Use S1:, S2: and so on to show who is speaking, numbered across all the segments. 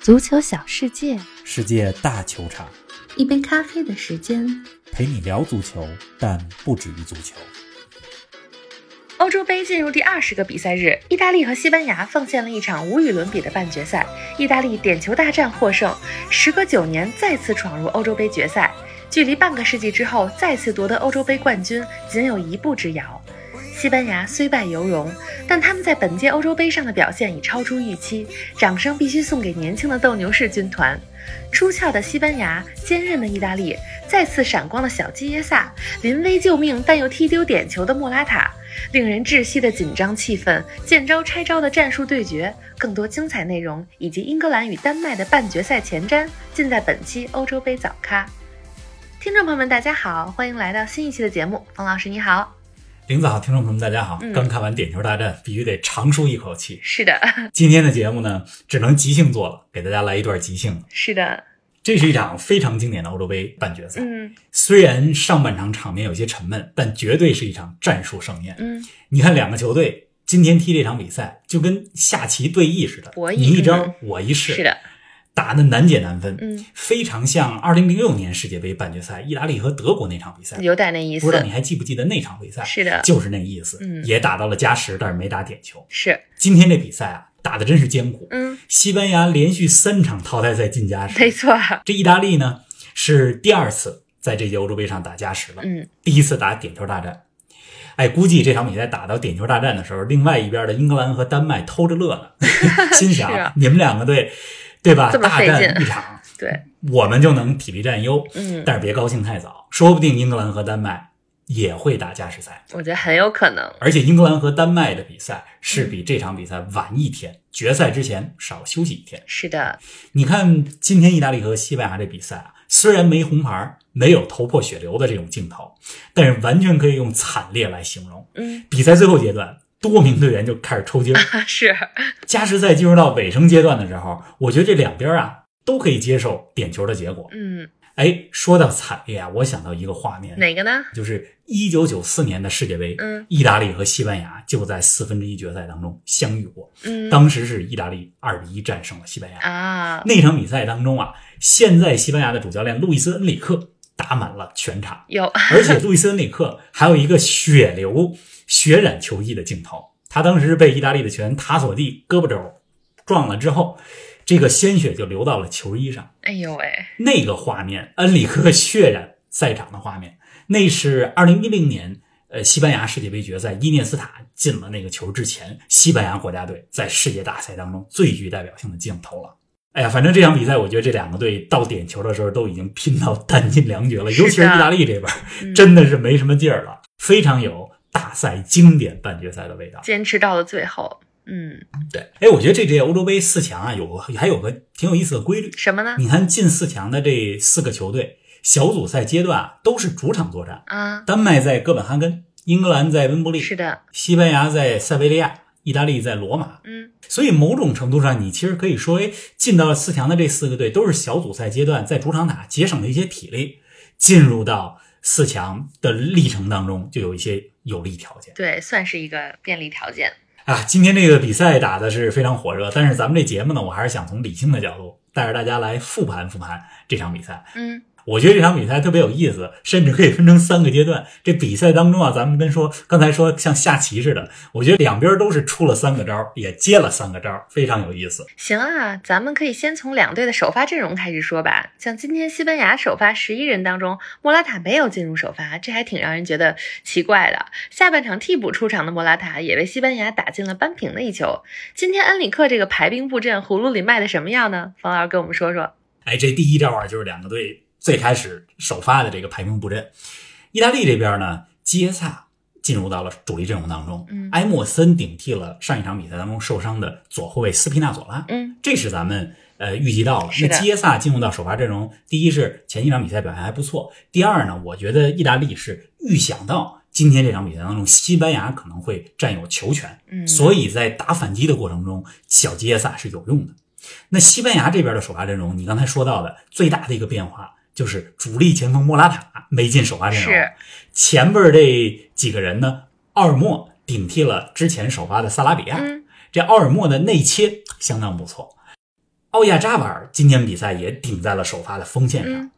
S1: 足球小世界，
S2: 世界大球场，
S1: 一杯咖啡的时间。
S2: 陪你聊足球，但不止于足球。
S3: 欧洲杯进入第二十个比赛日，意大利和西班牙奉献了一场无与伦比的半决赛。意大利点球大战获胜，时隔九年再次闯入欧洲杯决赛，距离半个世纪之后再次夺得欧洲杯冠军仅有一步之遥。西班牙虽败犹荣，但他们在本届欧洲杯上的表现已超出预期，掌声必须送给年轻的斗牛士军团。出鞘的西班牙，坚韧的意大利，再次闪光的小基耶萨，临危救命但又踢丢点球的莫拉塔，令人窒息的紧张气氛，见招拆招的战术对决，更多精彩内容以及英格兰与丹麦的半决赛前瞻，尽在本期欧洲杯早咖。听众朋友们，大家好，欢迎来到新一期的节目，冯老师你好。
S2: 林子好，听众朋友们，大家好！
S3: 嗯
S2: 刚看完点球大战，必须得长舒一口气。
S3: 是的，
S1: 嗯
S2: 今天的节目呢，只能即兴做了，给大家来一段即兴的。
S3: 是的，
S2: 这是一场非常经典的欧洲杯半决赛，
S3: 嗯
S2: 虽然上半场场面有些沉闷，但绝对是一场战术盛宴。
S3: 嗯，
S2: 你看，两个球队今天踢这场比赛，就跟下棋对弈似的，
S3: 博弈
S2: 你一招
S3: 嗯
S2: 我一式，
S3: 是的，
S2: 打得难解难分，
S3: 嗯，
S2: 非常像2006年世界杯半决赛意大利和德国那场比赛。
S3: 有点那意
S2: 不知道
S3: 思
S2: 你，还记不记得那场比赛？
S3: 是的，
S2: 就是那意思，
S3: 嗯
S2: 也打到了加时，但是没打点球。
S3: 是，
S2: 今天这比赛啊，打的真是艰苦。
S3: 嗯，
S2: 西班牙连续三场淘汰赛进加
S3: 没
S2: 时，
S3: 错，
S2: 这意大利呢是第二次在这届欧洲杯上打加时了，
S3: 嗯
S2: 第一次打点球大战。哎，估计这场比赛打到点球大战的时候，另外一边的英格兰和丹麦偷着乐 呢，心想、
S3: 是啊
S2: 你们两个队，对吧？
S3: 这么
S2: 大
S3: 费劲
S2: 战一场，
S3: 对，
S2: 我们就能体力占优。
S3: 嗯，
S2: 但是别高兴太早，说不定英格兰和丹麦也会打加时赛。
S3: 我觉得很有可能，
S2: 而且英格兰和丹麦的比赛是比这场比赛晚一天，决赛之前少休息一天。
S3: 是的，
S2: 你看今天意大利和西班牙这比赛啊，虽然没红牌，没有头破血流的这种镜头，但是完全可以用惨烈来形容。
S3: 嗯，
S2: 比赛最后阶段，多名队员就开始抽筋儿。
S3: 是，
S2: 加时赛进入到尾声阶段的时候，我觉得这两边啊都可以接受点球的结果。
S3: 嗯，
S2: 哎，说到惨烈啊，我想到一个画面，
S3: 哪个呢？
S2: 就是一九九四年的世界杯，
S3: 嗯
S2: 意大利和西班牙就在四分之一决赛当中相遇过，
S3: 嗯，
S2: 当时是意大利二比一战胜了西班牙。
S3: 啊，，
S2: 那场比赛当中啊，现在西班牙的主教练路易斯恩里克打满了全场
S3: 有，
S2: 而且路易斯恩里克还有一个血流血染球衣的镜头，他当时是被意大利的球员塔索蒂胳膊肘撞了之后，这个鲜血就流到了球衣上。
S3: 哎呦喂，
S2: 那个画面，恩里克血染赛场的画面，那是二零一零年呃西班牙世界杯决赛，伊涅斯塔进了那个球之前，西班牙国家队在世界大赛当中最具代表性的镜头了。哎呀，反正这场比赛，我觉得这两个队到点球的时候都已经拼到弹尽粮绝了，
S3: 是的啊
S2: 尤其是意大利这边，
S3: 嗯
S2: 真的是没什么劲儿了，非常有大赛经典半决赛的味道。
S3: 坚持到了最后，嗯，
S2: 对，哎，我觉得这届欧洲杯四强啊，有个还有个挺有意思的规律，
S3: 什么呢？
S2: 你看进四强的这四个球队，小组赛阶段啊都是主场作战，
S3: 啊，
S2: 丹麦在哥本哈根，英格兰在温布利，
S3: 是的，
S2: 西班牙在塞维利亚，意大利在罗马。
S3: 嗯，
S2: 所以某种程度上，你其实可以说，哎，进到四强的这四个队都是小组赛阶段在主场打，节省了一些体力，进入到四强的历程当中就有一些有利条件。
S3: 对，算是一个便利条件，
S2: 啊，今天这个比赛打的是非常火热，但是咱们这节目呢，我还是想从理性的角度带着大家来复盘复盘这场比赛。
S3: 嗯，
S2: 我觉得这场比赛特别有意思，甚至可以分成三个阶段。这比赛当中啊，咱们跟说刚才说像下棋似的，我觉得两边都是出了三个招儿，也接了三个招儿，非常有意思。
S3: 行啊，咱们可以先从两队的首发阵容开始说吧。像今天西班牙首发十一人当中，莫拉塔没有进入首发，这还挺让人觉得奇怪的。下半场替补出场的莫拉塔也为西班牙打进了扳平的一球。今天恩里克这个排兵布阵，葫芦里卖的什么药呢？冯老师跟我们说说。
S2: 哎，这第一招啊，就是两个队最开始首发的这个排兵布阵。意大利这边呢，基耶萨进入到了主力阵容当中，
S3: 嗯
S2: 埃莫森顶替了上一场比赛当中受伤的左后卫斯皮纳佐拉，
S3: 嗯，
S2: 这是咱们呃预计到了。
S3: 是
S2: 那
S3: 的
S2: 基耶萨进入到首发阵容，第一是前几场比赛表现还不错，第二呢，我觉得意大利是预想到今天这场比赛当中，西班牙可能会占有球权，
S3: 嗯
S2: 所以在打反击的过程中，小基耶萨是有用的。那西班牙这边的首发阵容，你刚才说到的最大的一个变化就是主力前锋莫拉塔没进首发阵容
S3: 是，
S2: 前边儿这几个人呢，奥尔莫顶替了之前首发的萨拉比亚，
S3: 嗯
S2: 这奥尔莫的内切相当不错。奥亚扎瓦尔今年比赛也顶在了首发的锋线上，
S3: 嗯，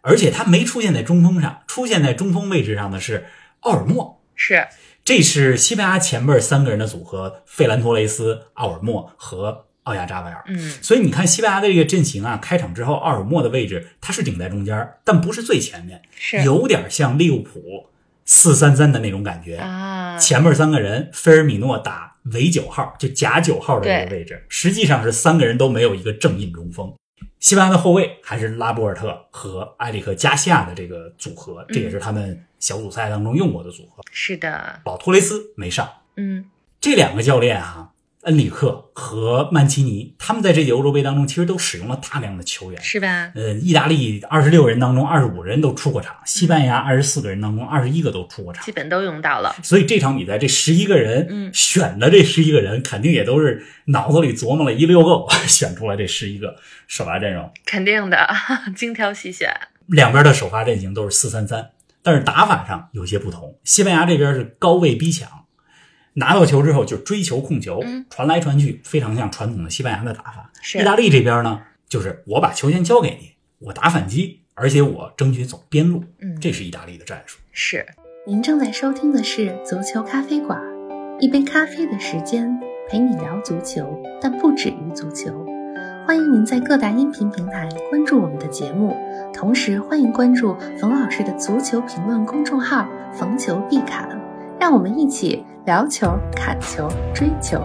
S2: 而且他没出现在中锋上，出现在中锋位置上的是奥尔莫。
S3: 是
S2: 这是西班牙前面三个人的组合：费兰托雷斯、奥尔莫和奥亚扎维尔。
S3: 嗯
S2: 所以你看西班牙的这个阵型啊，开场之后，奥尔莫的位置他是顶在中间，但不是最前面，
S3: 是
S2: 有点像利物浦四三三的那种感觉。
S3: 啊，
S2: 前面三个人，菲尔米诺打伪九号，就假九号的这个
S3: 对
S2: 位置，实际上是三个人都没有一个正印中锋。西班牙的后卫还是拉波尔特和埃里克加西亚的这个组合，
S3: 嗯
S2: 这也是他们小组赛当中用过的组合。
S3: 是的，
S2: 保托雷斯没上，
S3: 嗯
S2: 这两个教练啊，恩里克和曼奇尼，他们在这届欧洲杯当中其实都使用了大量的球员。
S3: 是吧？
S2: 呃，意大利二十六人当中二十五人都出过场，西班牙二十四个人当中二十一个都出过场
S3: 基，本都用到了，
S2: 所以这场比赛这十一个人，
S3: 嗯
S2: 选的这十一个人肯定也都是脑子里琢磨了一溜够， 选出来这十一个首发阵容。
S3: 肯定的， 精挑细选，
S2: 两边的首发阵型都是四三三，但是打法上有些不同。西班牙这边是高位逼抢，拿到球之后就追求控球，
S3: 嗯
S2: 传来传去，非常像传统的西班牙的打法。
S3: 是
S2: 意大利这边呢，就是我把球权交给你，我打反击，而且我争取走边路，
S3: 嗯，
S2: 这是意大利的战术。
S3: 是。
S1: 您正在收听的是《足球咖啡馆》，一杯咖啡的时间陪你聊足球，但不止于足球。欢迎您在各大音频平台关注我们的节目，同时欢迎关注冯老师的足球评论公众号“冯球必侃”，让我们一起聊球、侃球、追球。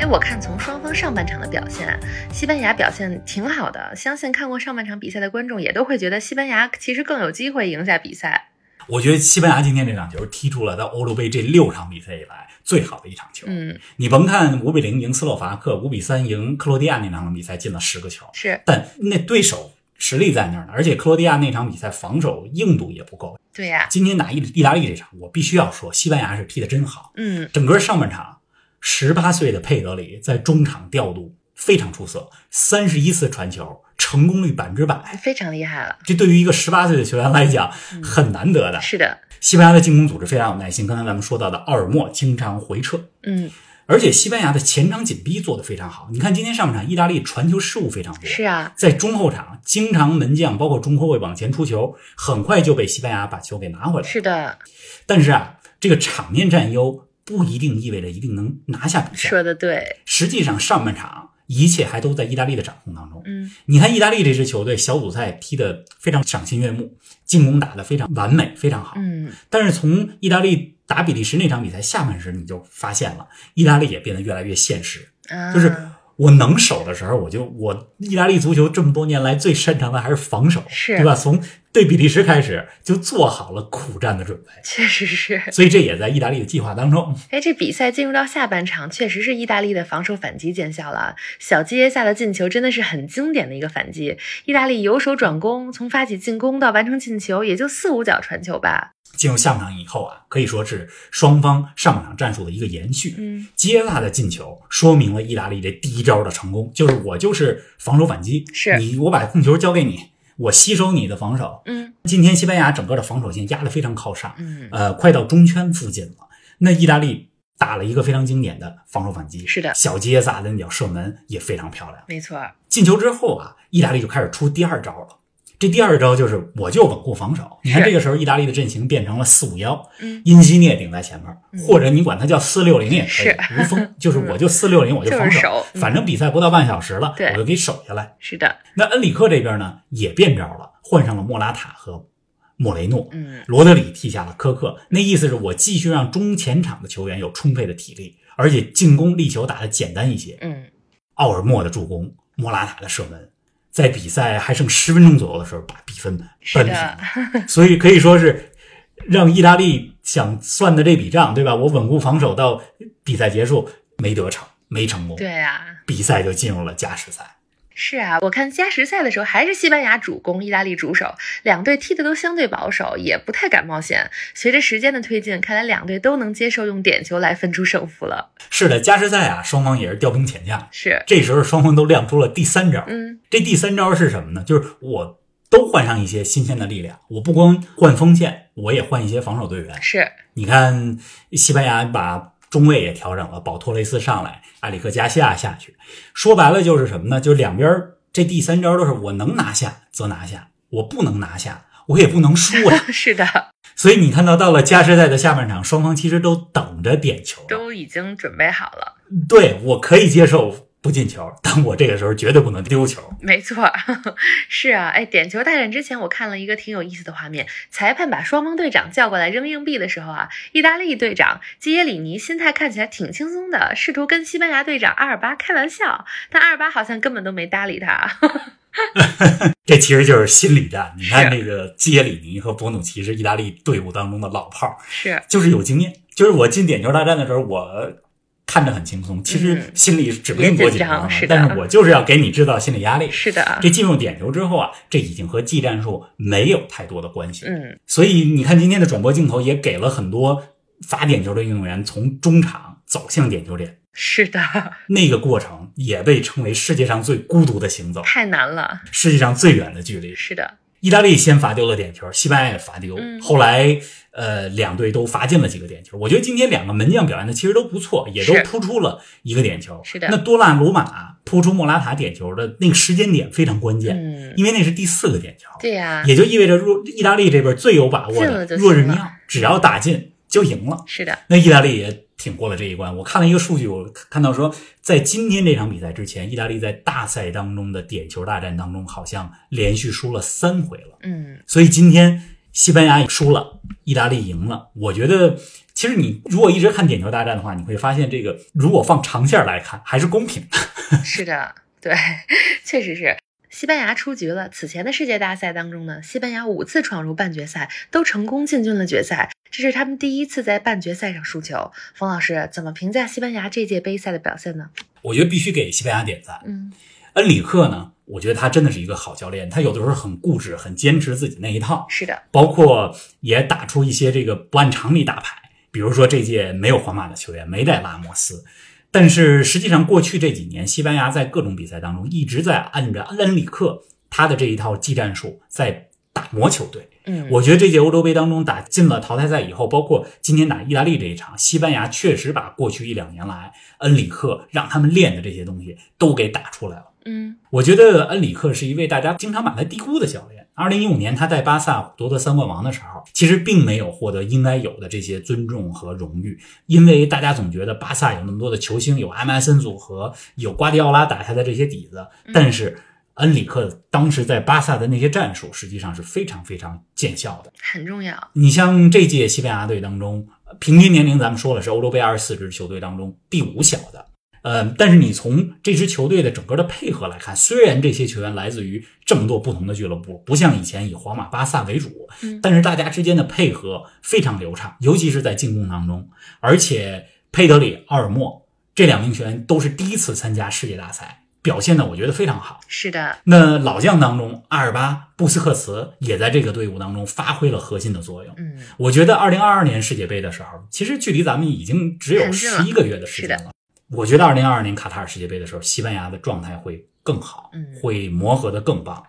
S3: 哎，我看从双方上半场的表现，西班牙表现挺好的，相信看过上半场比赛的观众也都会觉得西班牙其实更有机会赢下比赛。
S2: 我觉得西班牙今天这场球踢出了到欧洲杯这六场比赛以来最好的一场球。
S3: 嗯，
S2: 你甭看五比零赢斯洛伐克，五比三赢克罗地亚那场比赛进了十个球，
S3: 是
S2: 但那对手实力在那儿呢，而且克罗地亚那场比赛防守硬度也不够。
S3: 对呀、
S2: 今天打意意大利这场，我必须要说，西班牙是踢得真好。
S3: 嗯，
S2: 整个上半场，十八岁的佩德里在中场调度非常出色，三十一次传球，成功率百分之百。
S3: 非常厉害了。
S2: 这对于一个十八岁的球员来讲很难得的。
S3: 是的，
S2: 西班牙的进攻组织非常有耐心，刚才咱们说到的奥尔莫经常回撤，
S3: 嗯，
S2: 而且西班牙的前场紧逼做得非常好。你看今天上半场，意大利传球失误非常多，
S3: 是啊，
S2: 在中后场经常门将包括中后卫往前出球，很快就被西班牙把球给拿回来。
S3: 是的，
S2: 但是啊，这个场面占优不一定意味着一定能拿下比赛。
S3: 说的对。
S2: 实际上上半场一切还都在意大利的掌控当中。
S3: 嗯，
S2: 你看意大利这支球队小组赛踢得非常赏心悦目，进攻打得非常完美，非常好。
S3: 嗯，
S2: 但是从意大利打比利时那场比赛下半时，你就发现了意大利也变得越来越现实，
S3: 啊，
S2: 就是我能守的时候，我就我意大利足球这么多年来最擅长的还是防守，
S3: 是
S2: 对吧？从对比利时开始就做好了苦战的准备，
S3: 确实是。
S2: 所以这也在意大利的计划当中。
S3: 哎，这比赛进入到下半场，确实是意大利的防守反击见效了。小基耶萨的进球真的是很经典的一个反击，意大利由守转攻，从发起进攻到完成进球，也就四五脚传球吧。
S2: 进入下半场以后啊，可以说是双方上半场战术的一个延续。
S3: 嗯，
S2: 接纳的进球说明了意大利这第一招的成功，就是我就是防守反击，
S3: 是
S2: 你我把控球交给你，我吸收你的防守，
S3: 嗯
S2: 今天西班牙整个的防守线压得非常靠上，
S3: 嗯，
S2: 呃，快到中圈附近了。那意大利打了一个非常经典的防守反击，
S3: 是的
S2: 小基耶萨的那脚射门也非常漂亮。
S3: 没错儿，
S2: 进球之后啊，意大利就开始出第二招了。这第二招就是我就稳固防守。你看这个时候，意大利的阵型变成了四五幺，
S3: 嗯，
S2: 因西涅顶在前面，
S3: 嗯
S2: 或者你管它叫四六零也可以
S3: 是，
S2: 无 锋，就是我就四六零我
S3: 就
S2: 防守，
S3: 是守嗯
S2: 反正比赛不到半小时了，
S3: 对
S2: 我就给守下来。
S3: 是的，
S2: 那恩里克这边呢也变招了，换上了莫拉塔和莫雷诺，
S3: 嗯，
S2: 罗德里替下了科克，那意思是我继续让中前场的球员有充沛的体力，而且进攻力球打得简单一些。
S3: 嗯，
S2: 奥尔莫的助攻，莫拉塔的射门，在比赛还剩十分钟左右的时候把比分
S3: 是
S2: 扳平
S3: 的
S2: 了，，所以可以说是让意大利想算的这笔账，对吧？我稳固防守到比赛结束没得逞，没成功，
S3: 对啊，
S2: 比赛就进入了加时赛。
S3: 是啊，我看加时赛的时候还是西班牙主攻，意大利主守，两队踢的都相对保守，也不太敢冒险。随着时间的推进，看来两队都能接受用点球来分出胜负了。
S2: 是的，加时赛啊，双方也是调兵遣将，
S3: 是，
S2: 这时候双方都亮出了第三招，
S3: 嗯，
S2: 这第三招是什么呢？就是我都换上一些新鲜的力量，我不光换锋线，我也换一些防守队员。
S3: 是，
S2: 你看，西班牙把中卫也调整了，保托雷斯上来，埃里克加西亚下去。说白了就是什么呢？就是两边儿这第三招都是我能拿下则拿下，我不能拿下我也不能输啊。
S3: 是的，
S2: 所以你看到到了加时赛的下半场，双方其实都等着点球。
S3: 都已经准备好了，
S2: 对我可以接受不进球，但我这个时候绝对不能丢球。
S3: 没错， 是啊，哎，点球大战之前我看了一个挺有意思的画面，裁判把双方队长叫过来扔硬币的时候啊，意大利队长基耶里尼心态看起来挺轻松的，试图跟西班牙队长阿尔巴开玩笑，但阿尔巴好像根本都没搭理他。
S2: 这其实就是心理战。你看
S3: 是
S2: 这个基耶里尼和博努奇是意大利队伍当中的老炮儿，
S3: 是，
S2: 就是有经验。就是我进点球大战的时候，我看着很轻松，其实
S3: 嗯
S2: 心里指不定多紧
S3: 也紧张
S2: 张，啊
S3: 是的
S2: 但是我就是要给你制造心理压力。
S3: 是的，啊
S2: 这进入点球之后啊，这已经和技战术没有太多的关系。
S3: 嗯，
S2: 所以你看今天的转播镜头也给了很多罚点球的运动员从中场走向点球点，
S3: 是的，
S2: 那个过程也被称为世界上最孤独的行走，
S3: 太难了，
S2: 世界上最远的距离。
S3: 是的，
S2: 意大利先罚丢了点球，西班牙也罚丢，
S3: 嗯
S2: 后来呃两队都罚进了几个点球。我觉得今天两个门将表现的其实都不错，也都
S3: 是
S2: 扑出了一个点球。
S3: 是的
S2: 那多纳鲁马扑出莫拉塔点球的那个时间点非常关键，
S3: 嗯，
S2: 因为那是第四个点球，
S3: 对呀、
S2: 也就意味着若意大利这边最有把握
S3: 进
S2: 的
S3: 了就
S2: 若日
S3: 行了
S2: 尼奥只要打进就赢了。
S3: 是的，
S2: 那意大利也挺过了这一关。我看了一个数据，我看到说，在今天这场比赛之前，意大利在大赛当中的点球大战当中，好像连续输了三回了。
S3: 嗯，
S2: 所以今天西班牙输了，意大利赢了。我觉得，其实你如果一直看点球大战的话，你会发现这个如果放长线来看，还是公平的。
S3: 是的，对， 确实是。西班牙出局了。此前的世界大赛当中呢，西班牙五次闯入半决赛，都成功进军了决赛，这是他们第一次在半决赛上输球。冯老师怎么评价西班牙这届杯赛的表现呢？
S2: 我觉得必须给西班牙点赞。
S3: 嗯，
S2: 恩里克呢，我觉得他真的是一个好教练，他有的时候很固执，很坚持自己那一套。
S3: 是的，
S2: 包括也打出一些这个不按常理打牌，比如说这届没有皇马的球员，没带拉莫斯。但是实际上，过去这几年，西班牙在各种比赛当中一直在按着恩里克他的这一套技战术在打磨球队。
S3: 嗯，
S2: 我觉得这届欧洲杯当中打进了淘汰赛以后，包括今天打意大利这一场，西班牙确实把过去一两年来恩里克让他们练的这些东西都给打出来了。
S3: 嗯，
S2: 我觉得恩里克是一位大家经常把他低估的教练。二零一五年他在巴萨夺得三冠王的时候，其实并没有获得应该有的这些尊重和荣誉，因为大家总觉得巴萨有那么多的球星，有 MSN 组合，有瓜迪奥拉打下的这些底子，但是。恩里克当时在巴萨的那些战术，实际上是非常非常见效的。
S3: 很重要。
S2: 你像这届西班牙队当中，呃平均年龄咱们说了是欧洲杯二十四支球队当中第五小的。呃，但是你从这支球队的整个的配合来看，虽然这些球员来自于这么多不同的俱乐部，不像以前以皇马、巴萨为主，
S3: 嗯
S2: 但是大家之间的配合非常流畅，尤其是在进攻当中。而且佩德里、奥尔莫这两名球员都是第一次参加世界大赛，表现的我觉得非常好。
S3: 是的，
S2: 那老将当中，阿尔巴、布斯克茨也在这个队伍当中发挥了核心的作用。
S3: 嗯，
S2: 我觉得二零二二年世界杯的时候，其实距离咱们已经只有
S3: 很近了
S2: 十一个月的时间
S3: 是
S2: 了。我觉得二零二二年卡塔尔世界杯的时候，西班牙的状态会更好，
S3: 嗯
S2: 会磨合的更棒。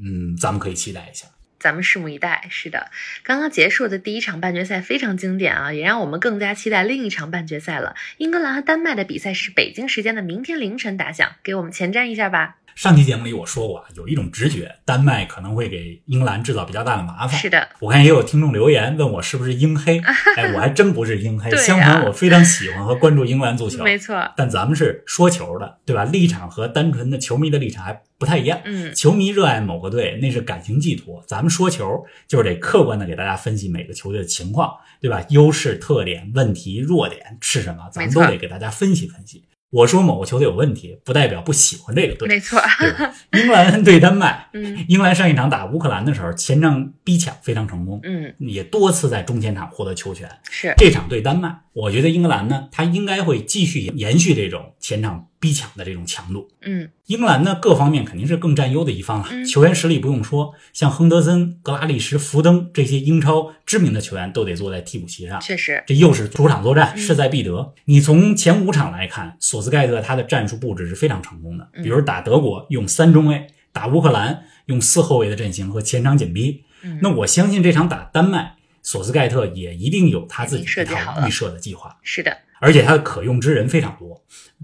S2: 嗯，咱们可以期待一下。
S3: 咱们拭目以待。是的，刚刚结束的第一场半决赛非常经典啊，也让我们更加期待另一场半决赛了。英格兰和丹麦的比赛是北京时间的明天凌晨打响，给我们前瞻一下吧。
S2: 上期节目里我说过啊，有一种直觉，丹麦可能会给英格兰制造比较大的麻烦。
S3: 是的，
S2: 我看也有听众留言问我是不是英 黑，哎，我还真不是英黑，
S3: 对呀
S2: 相反我非常喜欢和关注英格兰足球。
S3: 没错，
S2: 但咱们是说球的，对吧？立场和单纯的球迷的立场还不太一样。
S3: 嗯，
S2: 球迷热爱某个队，那是感情寄托。咱们说球，就是得客观的给大家分析每个球队的情况，对吧？优势、特点、问题、弱点是什么，咱们都
S3: 没错
S2: 得给大家分析分析。我说某个球队有问题，不代表不喜欢这个队。
S3: 没错，
S2: 对吧英格兰对丹麦，
S3: 嗯
S2: 英格兰上一场打乌克兰的时候，前场逼抢非常成功，
S3: 嗯，
S2: 也多次在中前场获得球权。
S3: 是，
S2: 这场对丹麦，我觉得英格兰呢，他应该会继续延续这种前场逼抢的这种强度。
S3: 嗯
S2: 英格兰呢，各方面肯定是更占优的一方了。
S3: 嗯
S2: 球员实力不用说，像亨德森、格拉利什、福登这些英超知名的球员都得坐在替补席上。
S3: 确实，
S2: 这又是主场作战，
S3: 嗯
S2: 势在必得。你从前五场来看，索斯盖特他的战术布置是非常成功的，
S3: 嗯
S2: 比如打德国用三中卫，打乌克兰用四后卫的阵型和前场紧逼。
S3: 嗯，
S2: 那我相信这场打丹麦，索斯盖特也一定有他自己
S3: 已经设
S2: 一
S3: 计好
S2: 套
S3: 了
S2: 预设的计划，
S3: 是的，
S2: 而且他的可用之人非常多。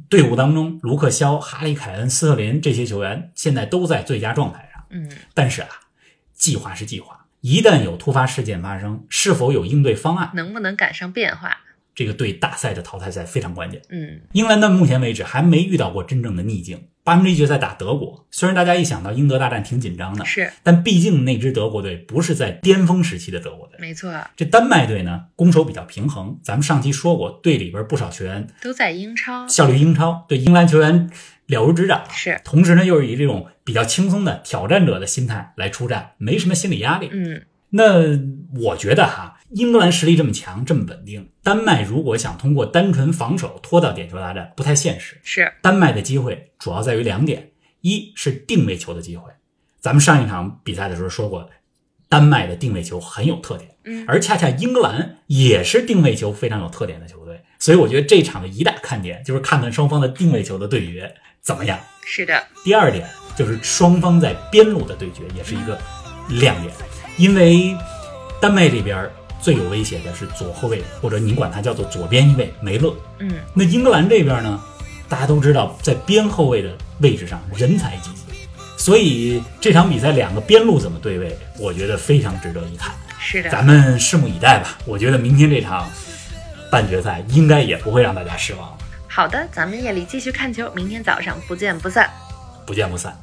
S2: 队伍当中，卢克肖、哈里凯恩、斯特林这些球员现在都在最佳状态上。
S3: 嗯，
S2: 但是啊，计划是计划，一旦有突发事件发生，是否有应对方案，
S3: 能不能赶上变化？
S2: 这个对大赛的淘汰赛非常关键。
S3: 嗯，
S2: 英格兰到目前为止还没遇到过真正的逆境。八分之一决赛打德国，虽然大家一想到英德大战挺紧张的，
S3: 是
S2: 但毕竟那支德国队不是在巅峰时期的德国队。
S3: 没错，
S2: 这丹麦队呢，攻守比较平衡。咱们上期说过，队里边不少球员
S3: 都在英超，
S2: 效率英超，对英格兰球员了如指掌。
S3: 是，
S2: 同时呢，又是以这种比较轻松的挑战者的心态来出战，没什么心理压力。
S3: 嗯，
S2: 那我觉得哈，英格兰实力这么强，这么稳定，丹麦如果想通过单纯防守拖到点球大战，不太现实。
S3: 是
S2: 丹麦的机会主要在于两点：一是定位球的机会。咱们上一场比赛的时候说过，丹麦的定位球很有特点，
S3: 嗯
S2: 而恰恰英格兰也是定位球非常有特点的球队，所以我觉得这场的一大看点就是看看双方的定位球的对决怎么样。
S3: 是的，
S2: 第二点就是双方在边路的对决也是一个亮点，因为丹麦这边最有威胁的是左后卫，或者你管他叫做左边一卫梅勒。
S3: 嗯，
S2: 那英格兰这边呢，大家都知道，在边后卫的位置上人才济济，所以这场比赛两个边路怎么对位，我觉得非常值得一看。
S3: 是的，
S2: 咱们拭目以待吧。我觉得明天这场半决赛应该也不会让大家失望，
S3: 好的，咱们夜里继续看球，明天早上不见不散。
S2: 不见不散。